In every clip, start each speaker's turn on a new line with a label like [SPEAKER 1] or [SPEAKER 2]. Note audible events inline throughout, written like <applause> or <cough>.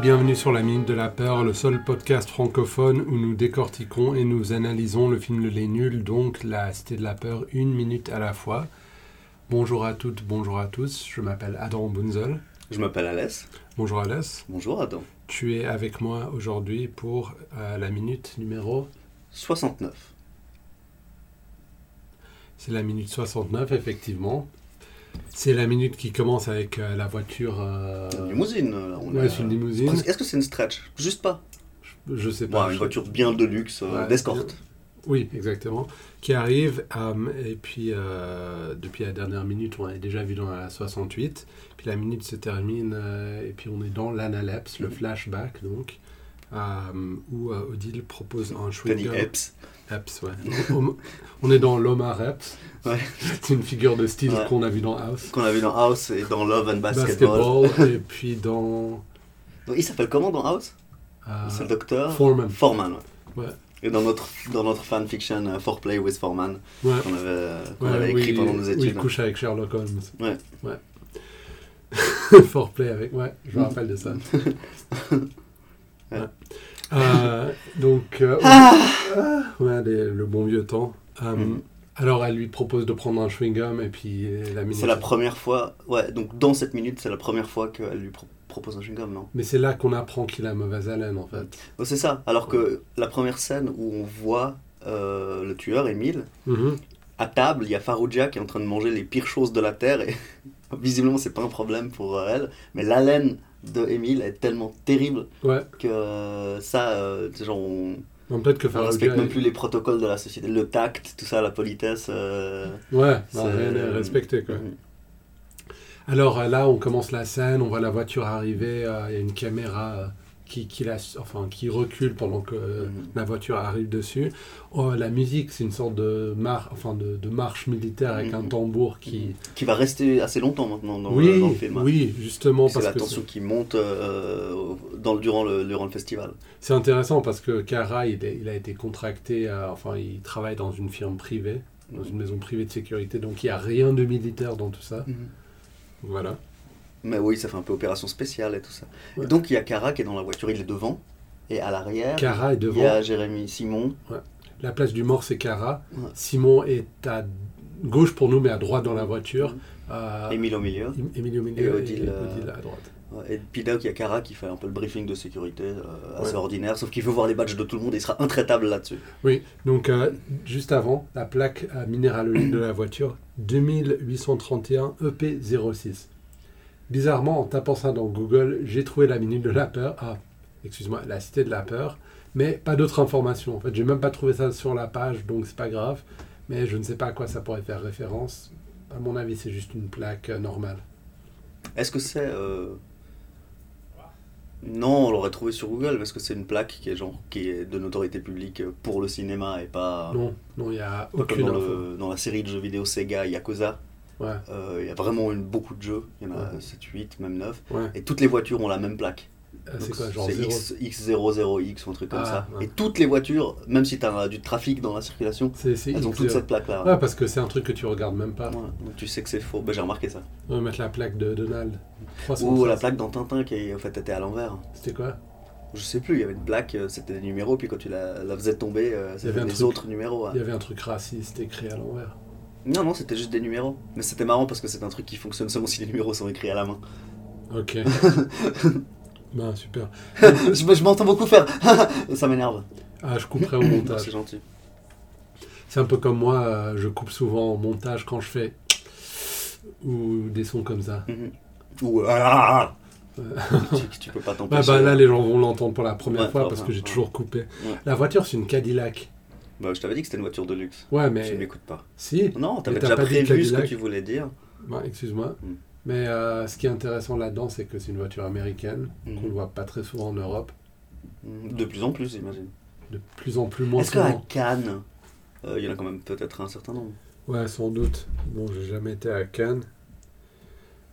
[SPEAKER 1] bienvenue sur La Minute de la Peur, le seul podcast francophone où nous décortiquons et nous analysons le film Les Nuls, donc La Cité de la Peur, une minute à la fois. Bonjour à toutes, bonjour à tous, je m'appelle Adam Bunzel.
[SPEAKER 2] Je m'appelle Alès.
[SPEAKER 1] Bonjour Alès,
[SPEAKER 2] Bonjour Adam.
[SPEAKER 1] tu es avec moi aujourd'hui pour euh, la minute numéro...
[SPEAKER 2] 69.
[SPEAKER 1] C'est la minute 69, effectivement. C'est la minute qui commence avec euh, la voiture... euh,
[SPEAKER 2] Une limousine. là, on
[SPEAKER 1] ouais,
[SPEAKER 2] est- euh,
[SPEAKER 1] c'est une limousine.
[SPEAKER 2] Est-ce que c'est une stretch Juste pas.
[SPEAKER 1] Je sais
[SPEAKER 2] Bon,
[SPEAKER 1] pas.
[SPEAKER 2] une
[SPEAKER 1] je-
[SPEAKER 2] voiture bien de luxe, euh,
[SPEAKER 1] Ouais.
[SPEAKER 2] d'escorte.
[SPEAKER 1] Oui, exactement. Qui arrive, euh, et puis euh, depuis la dernière minute, on est déjà vu dans la 68, puis la minute se termine, euh, et puis on est dans l'analepse, le flashback donc, euh, où euh, Odile propose un
[SPEAKER 2] Penny
[SPEAKER 1] chewing-gum.
[SPEAKER 2] Epps.
[SPEAKER 1] Epps, ouais. on, on est dans l'Omar Epps.
[SPEAKER 2] Ouais.
[SPEAKER 1] C'est une figure de style
[SPEAKER 2] Ouais.
[SPEAKER 1] qu'on a vu dans House.
[SPEAKER 2] Qu'on a vu dans House et dans Love and Basketball.
[SPEAKER 1] Basketball, et puis dans
[SPEAKER 2] Donc, il s'appelle comment dans House
[SPEAKER 1] euh,
[SPEAKER 2] C'est le docteur
[SPEAKER 1] Foreman.
[SPEAKER 2] Foreman, ouais.
[SPEAKER 1] Ouais.
[SPEAKER 2] Et dans notre, dans notre fanfiction euh, For Play with Foreman,
[SPEAKER 1] Ouais.
[SPEAKER 2] qu'on avait, euh, qu'on
[SPEAKER 1] Ouais,
[SPEAKER 2] avait écrit
[SPEAKER 1] oui,
[SPEAKER 2] pendant nos
[SPEAKER 1] oui,
[SPEAKER 2] études.
[SPEAKER 1] il couche avec Sherlock Holmes.
[SPEAKER 2] Ouais.
[SPEAKER 1] Ouais. <laughs> Foreplay avec. Ouais, je
[SPEAKER 2] Mm.
[SPEAKER 1] me rappelle de
[SPEAKER 2] <laughs>
[SPEAKER 1] ça. Ouais. Euh, donc, euh,
[SPEAKER 2] Ah
[SPEAKER 1] on a des- le bon vieux temps. Euh,
[SPEAKER 2] Mhm.
[SPEAKER 1] Alors, elle lui propose de prendre un chewing-gum et puis euh, la minute.
[SPEAKER 2] c'est la première fois, ouais, donc dans cette minute, c'est la première fois qu'elle lui pro- propose un chewing-gum, non
[SPEAKER 1] Mais c'est là qu'on apprend qu'il a mauvaise haleine en fait.
[SPEAKER 2] Donc, C'est ça, alors que la première scène où on voit euh, le tueur, Emile,
[SPEAKER 1] Mhm.
[SPEAKER 2] à table, il y a Farouja qui est en train de manger les pires choses de la Terre et <laughs> visiblement c'est pas un problème pour euh, elle, mais l'haleine de Emile est tellement terrible
[SPEAKER 1] Ouais,
[SPEAKER 2] que euh, ça, euh, c'est genre, on,
[SPEAKER 1] Bon, peut-être que
[SPEAKER 2] on
[SPEAKER 1] Farrugia
[SPEAKER 2] respecte même
[SPEAKER 1] est-
[SPEAKER 2] plus les protocoles de la société, le tact, tout ça, la politesse. euh,
[SPEAKER 1] Ouais,
[SPEAKER 2] C'est-
[SPEAKER 1] non, rien n'est respecté quoi.
[SPEAKER 2] Mhm.
[SPEAKER 1] Alors euh, là, on commence la scène, on voit la voiture arriver, euh, il y a une caméra euh, qui, qui, la, enfin, qui recule pendant que euh,
[SPEAKER 2] Mhm.
[SPEAKER 1] la voiture arrive dessus. Oh, la musique, c'est une sorte de, mar enfin, de, de marche militaire avec un
[SPEAKER 2] Mhm.
[SPEAKER 1] tambour qui...
[SPEAKER 2] qui va rester assez longtemps maintenant Mm-hmm. dans,
[SPEAKER 1] oui,
[SPEAKER 2] le, dans le film. hein.
[SPEAKER 1] oui, justement,
[SPEAKER 2] C'est
[SPEAKER 1] parce
[SPEAKER 2] la
[SPEAKER 1] que
[SPEAKER 2] tension
[SPEAKER 1] c'est-
[SPEAKER 2] qui monte euh, au- dans le, durant, le, durant le festival.
[SPEAKER 1] c'est intéressant parce que Kara, il, est- il a été contracté, à- enfin, il travaille dans une firme privée,
[SPEAKER 2] Mm-hmm.
[SPEAKER 1] dans une maison privée de sécurité, donc il n'y a rien de militaire dans tout ça.
[SPEAKER 2] Mhm.
[SPEAKER 1] Voilà.
[SPEAKER 2] Mais oui, ça fait un peu opération spéciale et tout ça.
[SPEAKER 1] Ouais.
[SPEAKER 2] Et donc il y a Kara qui est dans la voiture, il est devant. Et à l'arrière,
[SPEAKER 1] Kara est
[SPEAKER 2] il
[SPEAKER 1] devant.
[SPEAKER 2] y a Jérémy Simon.
[SPEAKER 1] La place du mort, c'est Cara.
[SPEAKER 2] Ouais.
[SPEAKER 1] Simon est à gauche pour nous, mais à droite dans la voiture.
[SPEAKER 2] Mhm.
[SPEAKER 1] Euh,
[SPEAKER 2] Émile au milieu.
[SPEAKER 1] Em- Émilie au
[SPEAKER 2] et
[SPEAKER 1] milieu et
[SPEAKER 2] Odile,
[SPEAKER 1] Odile
[SPEAKER 2] euh,
[SPEAKER 1] à droite.
[SPEAKER 2] Ouais, Et puis là, il y a Kara qui fait un peu le briefing de sécurité euh, assez
[SPEAKER 1] Ouais.
[SPEAKER 2] ordinaire, sauf qu'il veut voir les badges de tout le monde et il sera intraitable là-dessus.
[SPEAKER 1] Oui, donc euh, juste avant, la plaque euh, minéralogique de la voiture, 2831 EP06. Bizarrement, en tapant ça dans Google, j'ai trouvé la minute de la peur. Ah, excuse-moi, la cité de la peur, mais pas d'autres informations. En fait, j'ai même pas trouvé ça sur la page, donc c'est pas grave. Mais je ne sais pas à quoi ça pourrait faire référence. À mon avis, c'est juste une plaque euh, normale.
[SPEAKER 2] Est-ce que c'est. euh, Non, on l'aurait trouvé sur Google, mais est-ce que c'est une plaque qui est, genre, qui est de notoriété publique pour le cinéma et pas.
[SPEAKER 1] Non, non, il n'y a
[SPEAKER 2] Ah. pas comme
[SPEAKER 1] aucune
[SPEAKER 2] dans,
[SPEAKER 1] info.
[SPEAKER 2] le- dans la série de jeux vidéo Sega Yakuza,
[SPEAKER 1] Ouais,
[SPEAKER 2] euh, il y a vraiment une, beaucoup de jeux, il y en a
[SPEAKER 1] Ouais.
[SPEAKER 2] 7, 8, même 9,
[SPEAKER 1] ouais.
[SPEAKER 2] et toutes les voitures ont la même plaque.
[SPEAKER 1] Euh, C'est
[SPEAKER 2] Donc,
[SPEAKER 1] quoi, genre
[SPEAKER 2] c'est
[SPEAKER 1] zéro
[SPEAKER 2] X, X00X ou un truc comme
[SPEAKER 1] Ah,
[SPEAKER 2] ça.
[SPEAKER 1] ouais.
[SPEAKER 2] Et toutes les voitures, même si tu as du trafic dans la circulation,
[SPEAKER 1] C'est c'est
[SPEAKER 2] elles ont
[SPEAKER 1] X,
[SPEAKER 2] toute
[SPEAKER 1] zéro.
[SPEAKER 2] cette plaque-là.
[SPEAKER 1] Ouais, Ah, parce que c'est un truc que tu regardes même pas.
[SPEAKER 2] Ouais, donc tu sais que c'est faux. Bah, j'ai remarqué ça.
[SPEAKER 1] On va mettre la plaque de Donald.
[SPEAKER 2] Ou
[SPEAKER 1] 300.
[SPEAKER 2] la plaque dans Tintin qui est- en fait, était à l'envers.
[SPEAKER 1] C'était quoi
[SPEAKER 2] Je sais plus, il y avait une plaque, euh, c'était des numéros, puis quand tu la, la faisais
[SPEAKER 1] Il
[SPEAKER 2] tomber, euh,
[SPEAKER 1] y avait
[SPEAKER 2] c'était
[SPEAKER 1] un
[SPEAKER 2] des
[SPEAKER 1] truc.
[SPEAKER 2] autres numéros. ouais.
[SPEAKER 1] Il y avait un truc raciste écrit à l'envers.
[SPEAKER 2] Non, non, c'était juste des numéros. Mais c'était marrant parce que c'est un truc qui fonctionne seulement si les numéros sont écrits à la
[SPEAKER 1] <laughs>
[SPEAKER 2] main. <laughs>
[SPEAKER 1] Ok. ben, super.
[SPEAKER 2] je me- je m'entends beaucoup faire. <laughs> ça m'énerve.
[SPEAKER 1] Ah, je couperai au
[SPEAKER 2] Non, C'est
[SPEAKER 1] montage.
[SPEAKER 2] gentil.
[SPEAKER 1] C'est un peu comme moi, euh, je coupe souvent au montage quand je fais. ou des sons comme ça.
[SPEAKER 2] Mhm. Ou, ah, ah, ah.
[SPEAKER 1] Ouais.
[SPEAKER 2] tu, tu peux pas
[SPEAKER 1] Bah,
[SPEAKER 2] t'empêcher.
[SPEAKER 1] bah, là, les gens vont l'entendre pour la première
[SPEAKER 2] Ouais,
[SPEAKER 1] fois
[SPEAKER 2] ouais,
[SPEAKER 1] parce que
[SPEAKER 2] ouais,
[SPEAKER 1] j'ai
[SPEAKER 2] ouais.
[SPEAKER 1] toujours coupé.
[SPEAKER 2] Ouais.
[SPEAKER 1] La voiture, c'est une Cadillac.
[SPEAKER 2] Bah, je t'avais dit que c'était une voiture de luxe.
[SPEAKER 1] Ouais,
[SPEAKER 2] Tu ne
[SPEAKER 1] mais.
[SPEAKER 2] m'écoutes pas.
[SPEAKER 1] Si
[SPEAKER 2] Ben, Non, t'avais
[SPEAKER 1] Mais t'as
[SPEAKER 2] déjà
[SPEAKER 1] pas dit le
[SPEAKER 2] prévu ce que
[SPEAKER 1] Cadillac.
[SPEAKER 2] tu voulais dire.
[SPEAKER 1] Bah, excuse-moi.
[SPEAKER 2] Mm.
[SPEAKER 1] Mais euh, ce qui est intéressant là-dedans, c'est que c'est une voiture américaine, qu'on ne
[SPEAKER 2] Mhm.
[SPEAKER 1] voit pas très souvent en Europe,
[SPEAKER 2] Mmh. De plus en plus, j'imagine.
[SPEAKER 1] de plus en plus moins
[SPEAKER 2] Est-ce qu'à
[SPEAKER 1] souvent.
[SPEAKER 2] Cannes, euh, il y en a quand même peut-être un certain nombre
[SPEAKER 1] Ouais, sans doute. Bon, j'ai jamais été à Cannes.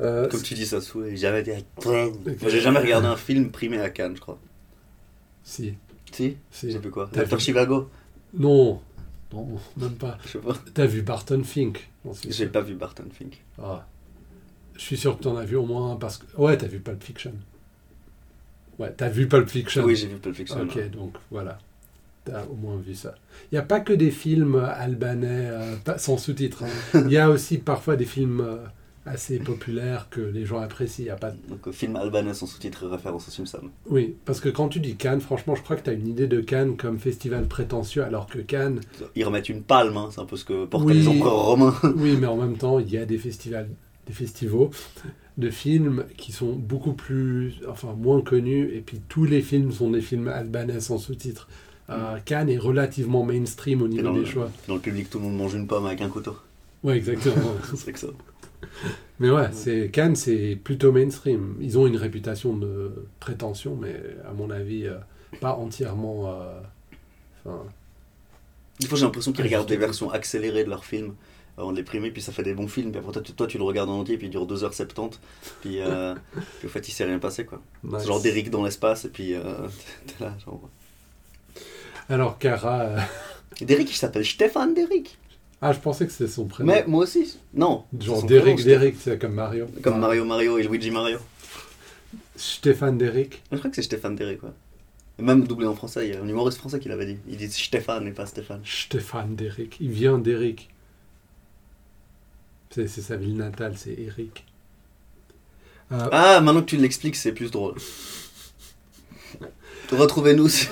[SPEAKER 1] Euh,
[SPEAKER 2] Comme tu dis, ça saoule, j'ai jamais été à Cannes.
[SPEAKER 1] Ok.
[SPEAKER 2] Moi, j'ai jamais regardé un film primé à Cannes, je crois.
[SPEAKER 1] si,
[SPEAKER 2] Si Je
[SPEAKER 1] si.
[SPEAKER 2] sais plus quoi.
[SPEAKER 1] T'as
[SPEAKER 2] Docteur
[SPEAKER 1] vu
[SPEAKER 2] Chivago
[SPEAKER 1] Non, non, même pas.
[SPEAKER 2] Je sais pas.
[SPEAKER 1] T'as vu Barton Fink non, c'est-
[SPEAKER 2] J'ai pas vu Barton Fink.
[SPEAKER 1] Ah. Je suis sûr que t'en as vu au moins un parce que. Ouais, t'as vu Pulp Fiction. Ouais, t'as vu Pulp Fiction
[SPEAKER 2] Oui, j'ai vu Pulp Fiction.
[SPEAKER 1] Ok,
[SPEAKER 2] ouais.
[SPEAKER 1] donc voilà. T'as au moins vu ça. Il n'y a pas que des films albanais euh, pas- sans sous-titres.
[SPEAKER 2] <laughs>
[SPEAKER 1] hein. Il y a aussi parfois des films euh, assez populaires que les gens apprécient. Il y a pas...
[SPEAKER 2] Donc, euh, film albanais sans sous-titre, référence au film Sam.
[SPEAKER 1] Oui, parce que quand tu dis Cannes, franchement, je crois que tu as une idée de Cannes comme festival prétentieux, alors que
[SPEAKER 2] <laughs>
[SPEAKER 1] Cannes,
[SPEAKER 2] Ils remettent une palme, hein, c'est un peu ce que portaient
[SPEAKER 1] Oui.
[SPEAKER 2] les empereurs romains.
[SPEAKER 1] oui, mais en même temps, il y a des festivals, des festivals de films qui sont beaucoup plus, enfin, moins connus. Et puis tous les films sont des films albanais sans sous-titres. Euh, Cannes est relativement mainstream au
[SPEAKER 2] Mm. Et
[SPEAKER 1] niveau
[SPEAKER 2] dans,
[SPEAKER 1] des
[SPEAKER 2] le,
[SPEAKER 1] choix.
[SPEAKER 2] dans le public, tout le monde mange une pomme avec un couteau.
[SPEAKER 1] Ouais, exactement.
[SPEAKER 2] C'est que ça.
[SPEAKER 1] <laughs> Mais ouais, c'est Cannes, c'est plutôt mainstream. Ils ont une réputation de prétention, mais à mon avis, euh, pas entièrement. euh, enfin,
[SPEAKER 2] Des fois, j'ai l'impression qu'ils regardent des versions accélérées de leurs films. Euh, on les primé, puis ça fait des bons films. Puis après, toi, tu, toi, tu le regardes en entier, puis il dure 2h70. Puis, <laughs> euh, puis au fait, il s'est rien passé, quoi.
[SPEAKER 1] nice.
[SPEAKER 2] C'est genre d'Eric dans l'espace, et puis euh, <laughs> t'es là, genre.
[SPEAKER 1] Alors Cara, euh,
[SPEAKER 2] Et Derrick, il s'appelle Stéphane Derrick.
[SPEAKER 1] ah, je pensais que c'était son prénom.
[SPEAKER 2] Mais moi aussi. Non. c'est
[SPEAKER 1] Genre
[SPEAKER 2] son
[SPEAKER 1] Derek,
[SPEAKER 2] prénom,
[SPEAKER 1] Derek, c'est comme Mario.
[SPEAKER 2] Sté- Comme Mario Mario et Luigi Mario.
[SPEAKER 1] Stéphane Derek.
[SPEAKER 2] Je crois que c'est Stéphane Derrick, ouais. Et même doublé en français, il y a un humoriste français qui l'avait dit. Il dit Stéphane et pas Stéphane.
[SPEAKER 1] Stéphane Derek. Il vient d'Eric. C'est c'est sa ville natale, c'est Eric. Euh,
[SPEAKER 2] Ah, maintenant que tu l'expliques, c'est plus drôle. Retrouvez-nous. sur-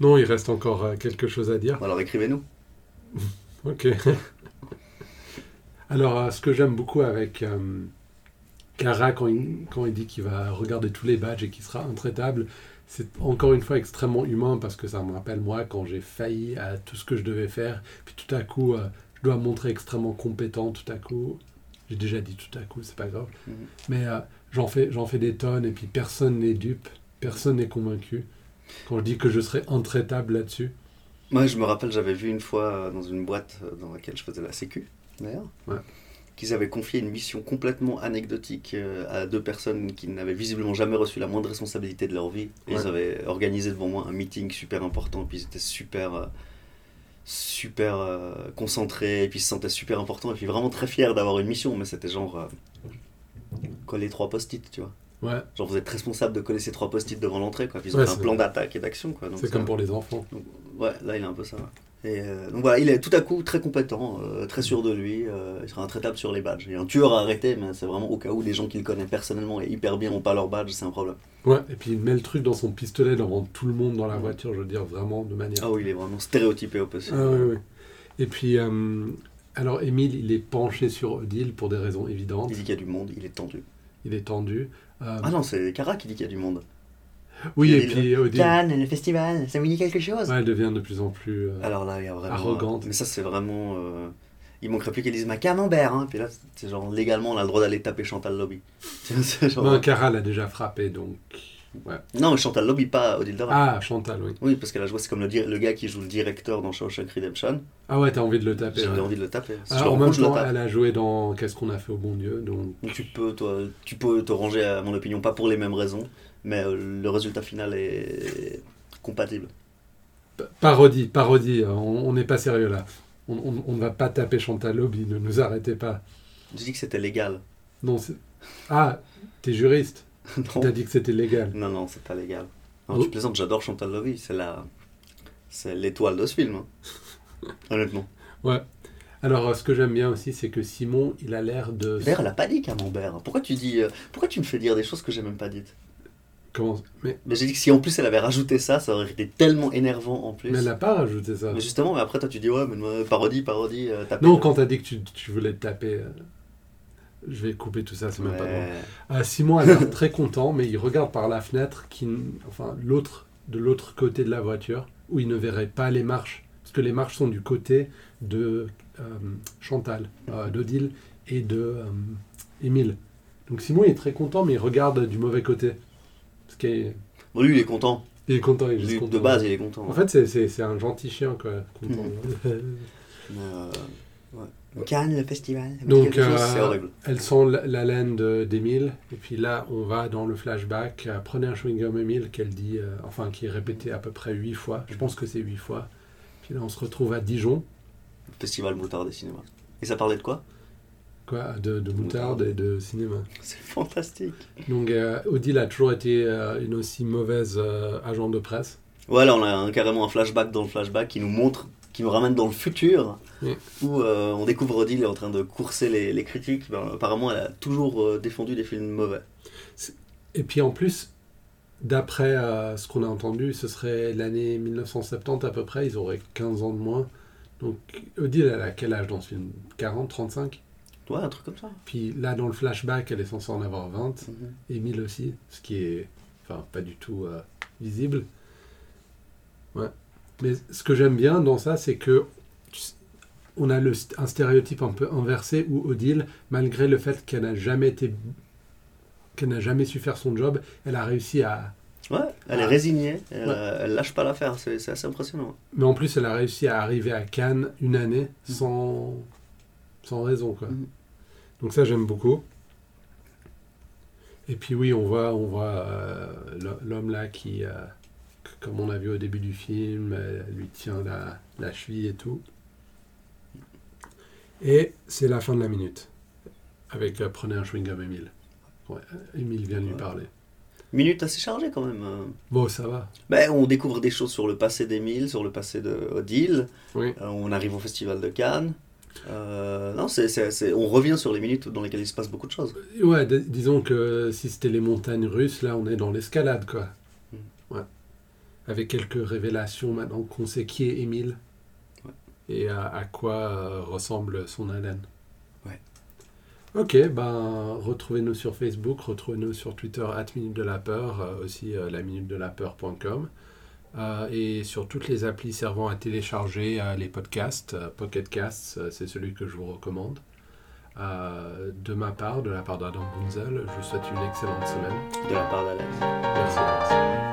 [SPEAKER 1] Non, il reste encore euh, quelque chose à dire.
[SPEAKER 2] Bon, Alors écrivez-nous.
[SPEAKER 1] Ok. <laughs> Alors, euh, ce que j'aime beaucoup avec euh, Kara quand il, quand il dit qu'il va regarder tous les badges et qu'il sera intraitable, c'est encore une fois extrêmement humain parce que ça me rappelle moi quand j'ai failli à tout ce que je devais faire, puis tout à coup, euh, je dois me montrer extrêmement compétent, tout à coup. J'ai déjà dit tout à coup, c'est pas grave.
[SPEAKER 2] Mhm.
[SPEAKER 1] Mais euh, j'en fais, j'en fais des tonnes et puis personne n'est dupe, personne n'est convaincu. Quand je dis que je serai intraitable là-dessus,
[SPEAKER 2] Moi, je me rappelle, j'avais vu une fois euh, dans une boîte euh, dans laquelle je faisais la sécu, d'ailleurs,
[SPEAKER 1] Ouais.
[SPEAKER 2] qu'ils avaient confié une mission complètement anecdotique euh, à deux personnes qui n'avaient visiblement jamais reçu la moindre responsabilité de leur vie. Et
[SPEAKER 1] Ouais.
[SPEAKER 2] Ils avaient organisé devant moi un meeting super important, puis ils étaient super, euh, super euh, concentrés, et puis ils se sentaient super importants, et puis vraiment très fiers d'avoir une mission, mais c'était genre euh, coller trois post-it, tu vois.
[SPEAKER 1] ouais,
[SPEAKER 2] Genre, vous êtes responsable de coller ces trois post-it devant l'entrée, quoi. Puis ils ont
[SPEAKER 1] Ouais,
[SPEAKER 2] fait un
[SPEAKER 1] c'est-
[SPEAKER 2] plan d'attaque et d'action, quoi. Donc,
[SPEAKER 1] c'est
[SPEAKER 2] ça-
[SPEAKER 1] comme pour les enfants.
[SPEAKER 2] Ouais, là il est un peu ça. ouais. Et euh, donc voilà, il est tout à coup très compétent, euh, très sûr de lui, euh, il sera intraitable sur les badges. Il y a un tueur à arrêter, mais c'est vraiment au cas où les gens qu'il connaît personnellement et hyper bien n'ont pas leur badge, c'est un problème.
[SPEAKER 1] Ouais, et puis il met le truc dans son pistolet devant tout le monde dans la
[SPEAKER 2] Ouais.
[SPEAKER 1] voiture, je veux dire, vraiment de manière.
[SPEAKER 2] Ah oui, il est vraiment stéréotypé au possible.
[SPEAKER 1] Ah, ouais, ouais. Et puis, euh, alors Émile, il est penché sur Odile pour des raisons évidentes.
[SPEAKER 2] Il dit qu'il y a du monde, il est tendu.
[SPEAKER 1] Il est tendu. Euh,
[SPEAKER 2] Ah non, c'est Cara qui dit qu'il y a du monde.
[SPEAKER 1] oui, et
[SPEAKER 2] Ah, Odile.
[SPEAKER 1] puis Odile,
[SPEAKER 2] Cannes, le festival, ça vous dit quelque chose
[SPEAKER 1] ouais, elle devient de plus en plus. euh,
[SPEAKER 2] Alors là, il y a vraiment.
[SPEAKER 1] Arrogante.
[SPEAKER 2] Mais ça, c'est vraiment. euh, Il manquerait plus qu'ils disent ma camembert, hein. Puis là, c'est genre légalement, on a le droit d'aller taper Chantal Lobby. <laughs> C'est genre-
[SPEAKER 1] ben, Cara l'a déjà frappé, donc.
[SPEAKER 2] Non, Chantal Lobby, pas Odile Dorin.
[SPEAKER 1] Ah, Chantal, oui.
[SPEAKER 2] Oui, parce que la joie, c'est comme le, di- le gars qui joue le directeur dans Shawshank Redemption.
[SPEAKER 1] Ah ouais, t'as envie de le taper.
[SPEAKER 2] J'avais
[SPEAKER 1] ouais.
[SPEAKER 2] envie de le taper. Si
[SPEAKER 1] Ah,
[SPEAKER 2] je le
[SPEAKER 1] en
[SPEAKER 2] rencontre,
[SPEAKER 1] même
[SPEAKER 2] je le
[SPEAKER 1] temps,
[SPEAKER 2] tape.
[SPEAKER 1] elle a joué dans Qu'est-ce qu'on a fait au bon Dieu, donc.
[SPEAKER 2] Donc, tu peux, toi, tu peux te ranger à mon opinion, pas pour les mêmes raisons, mais euh, le résultat final est compatible.
[SPEAKER 1] P- Parodie, parodie, euh, on on n'est pas sérieux là. On- On on ne va pas taper Chantal Lobby, ne nous arrêtez pas.
[SPEAKER 2] Tu dis que c'était légal. <laughs>
[SPEAKER 1] Non, c'est- Ah, t'es juriste. Tu
[SPEAKER 2] non.
[SPEAKER 1] T'as dit que c'était légal.
[SPEAKER 2] non, non, c'est pas légal. Non,
[SPEAKER 1] Oh.
[SPEAKER 2] tu plaisantes, j'adore Chantal Lobby, c'est la... C'est l'étoile de ce
[SPEAKER 1] <laughs>
[SPEAKER 2] film. hein. Honnêtement.
[SPEAKER 1] Alors, euh, ce que j'aime bien aussi, c'est que Simon, il a l'air de.
[SPEAKER 2] D'ailleurs, elle a pas dit camembert. Pourquoi tu dis... euh, Pourquoi tu me fais dire des choses que j'ai même pas dites
[SPEAKER 1] Comment Mais,
[SPEAKER 2] Mais j'ai dit que si en plus elle avait rajouté ça, ça aurait été tellement énervant en plus.
[SPEAKER 1] mais elle n'a pas rajouté ça.
[SPEAKER 2] Euh, Mais justement, mais après toi tu dis ouais, mais euh, parodie, parodie, euh, t'as
[SPEAKER 1] Non,
[SPEAKER 2] pas-
[SPEAKER 1] quand t'as dit que tu, tu voulais te taper. euh, Je vais couper tout ça, c'est même pas drôle.
[SPEAKER 2] Ouais.
[SPEAKER 1] Euh, Simon a l'air <laughs> très content, mais il regarde par la fenêtre, qui, n- enfin, l'autre, de l'autre côté de la voiture, où il ne verrait pas les marches. Parce que les marches sont du côté de euh, Chantal, euh, d'Odile et de euh, Émile. Donc Simon il est très content, mais il regarde du mauvais côté. Parce qu'il est,
[SPEAKER 2] Bon, lui il est content.
[SPEAKER 1] il est content, il est juste
[SPEAKER 2] Lui,
[SPEAKER 1] content.
[SPEAKER 2] de base il est content. hein.
[SPEAKER 1] En fait, c'est- c'est c'est un gentil chien, quoi. content. <laughs>
[SPEAKER 2] Cannes, le festival.
[SPEAKER 1] Donc, euh,
[SPEAKER 2] euh, c'est horrible.
[SPEAKER 1] Elles sont la, la laine de- d'Émile. Et puis là, on va dans le flashback. Euh, Prenez un chewing-gum Émile qu'elle dit, euh, enfin, qui est répété à peu près huit fois. Je pense que c'est huit fois. Puis là, on se retrouve à Dijon.
[SPEAKER 2] Festival Moutard des cinémas. Et ça parlait de quoi
[SPEAKER 1] quoi, de, de moutarde et de cinéma.
[SPEAKER 2] C'est fantastique.
[SPEAKER 1] Donc euh, Odile a toujours été euh, une aussi mauvaise euh, agent de presse.
[SPEAKER 2] Ouais, là, on a un- carrément un flashback dans le flashback qui nous montre, qui nous ramène dans le futur,
[SPEAKER 1] Oui.
[SPEAKER 2] où euh, on découvre Odile en train de courser les, les critiques. Ben, apparemment, elle a toujours euh, défendu des films mauvais.
[SPEAKER 1] Et puis en plus, d'après euh, ce qu'on a entendu, ce serait l'année 1970 à peu près, ils auraient 15 ans de moins. Donc Odile, elle a quel âge dans ce film 40, 35
[SPEAKER 2] Ouais, un truc comme ça.
[SPEAKER 1] Puis là, dans le flashback, elle est censée en avoir 20.
[SPEAKER 2] Mhm.
[SPEAKER 1] Émile aussi, ce qui est enfin pas du tout euh, visible. Ouais. Mais ce que j'aime bien dans ça, c'est que tu sais, on a le, st- un stéréotype un peu inversé où Odile, malgré le fait qu'elle n'a jamais été qu'elle n'a jamais su faire son job, elle a réussi à
[SPEAKER 2] Ouais, elle est
[SPEAKER 1] Ah.
[SPEAKER 2] résignée, elle,
[SPEAKER 1] Ouais.
[SPEAKER 2] euh, elle lâche pas l'affaire, c'est c'est assez impressionnant.
[SPEAKER 1] mais en plus elle a réussi à arriver à Cannes une année
[SPEAKER 2] Mhm.
[SPEAKER 1] sans sans raison quoi.
[SPEAKER 2] Mhm.
[SPEAKER 1] Donc ça j'aime beaucoup. Et puis oui, on voit, on voit euh, l'ho- l'homme là qui, euh, c- comme on a vu au début du film, euh, lui tient la, la cheville et tout. Et c'est la fin de la minute. Avec euh, prenez un chewing gum, Emile. Ouais, euh, Emile vient de lui
[SPEAKER 2] Ouais.
[SPEAKER 1] parler.
[SPEAKER 2] Minute assez chargée quand même. euh.
[SPEAKER 1] Bon, ça va.
[SPEAKER 2] Ben, on découvre des choses sur le passé d'Emile, sur le passé de Odile.
[SPEAKER 1] Oui.
[SPEAKER 2] Euh, on arrive au festival de Cannes. Euh, non, c'est c'est- c'est- on revient sur les minutes dans lesquelles il se passe beaucoup de choses.
[SPEAKER 1] euh, Ouais, d- disons que si c'était les montagnes russes, là on est dans l'escalade quoi.
[SPEAKER 2] Mhm.
[SPEAKER 1] Ouais. Avec quelques révélations maintenant qu'on sait qui est Émile
[SPEAKER 2] Ouais.
[SPEAKER 1] et à, à quoi euh, ressemble son haleine.
[SPEAKER 2] Ouais.
[SPEAKER 1] Ok, ben retrouvez-nous sur Facebook, retrouvez-nous sur Twitter, at Minute de la Peur, euh, aussi la minute de la peur.com. Euh, et sur toutes les applis servant à télécharger euh, les podcasts, euh, Pocket Casts, euh, c'est celui que je vous recommande. Euh, de ma part, de la part d'Adam Bunzel, je vous souhaite une excellente semaine.
[SPEAKER 2] De la part d'Alex.
[SPEAKER 1] Merci.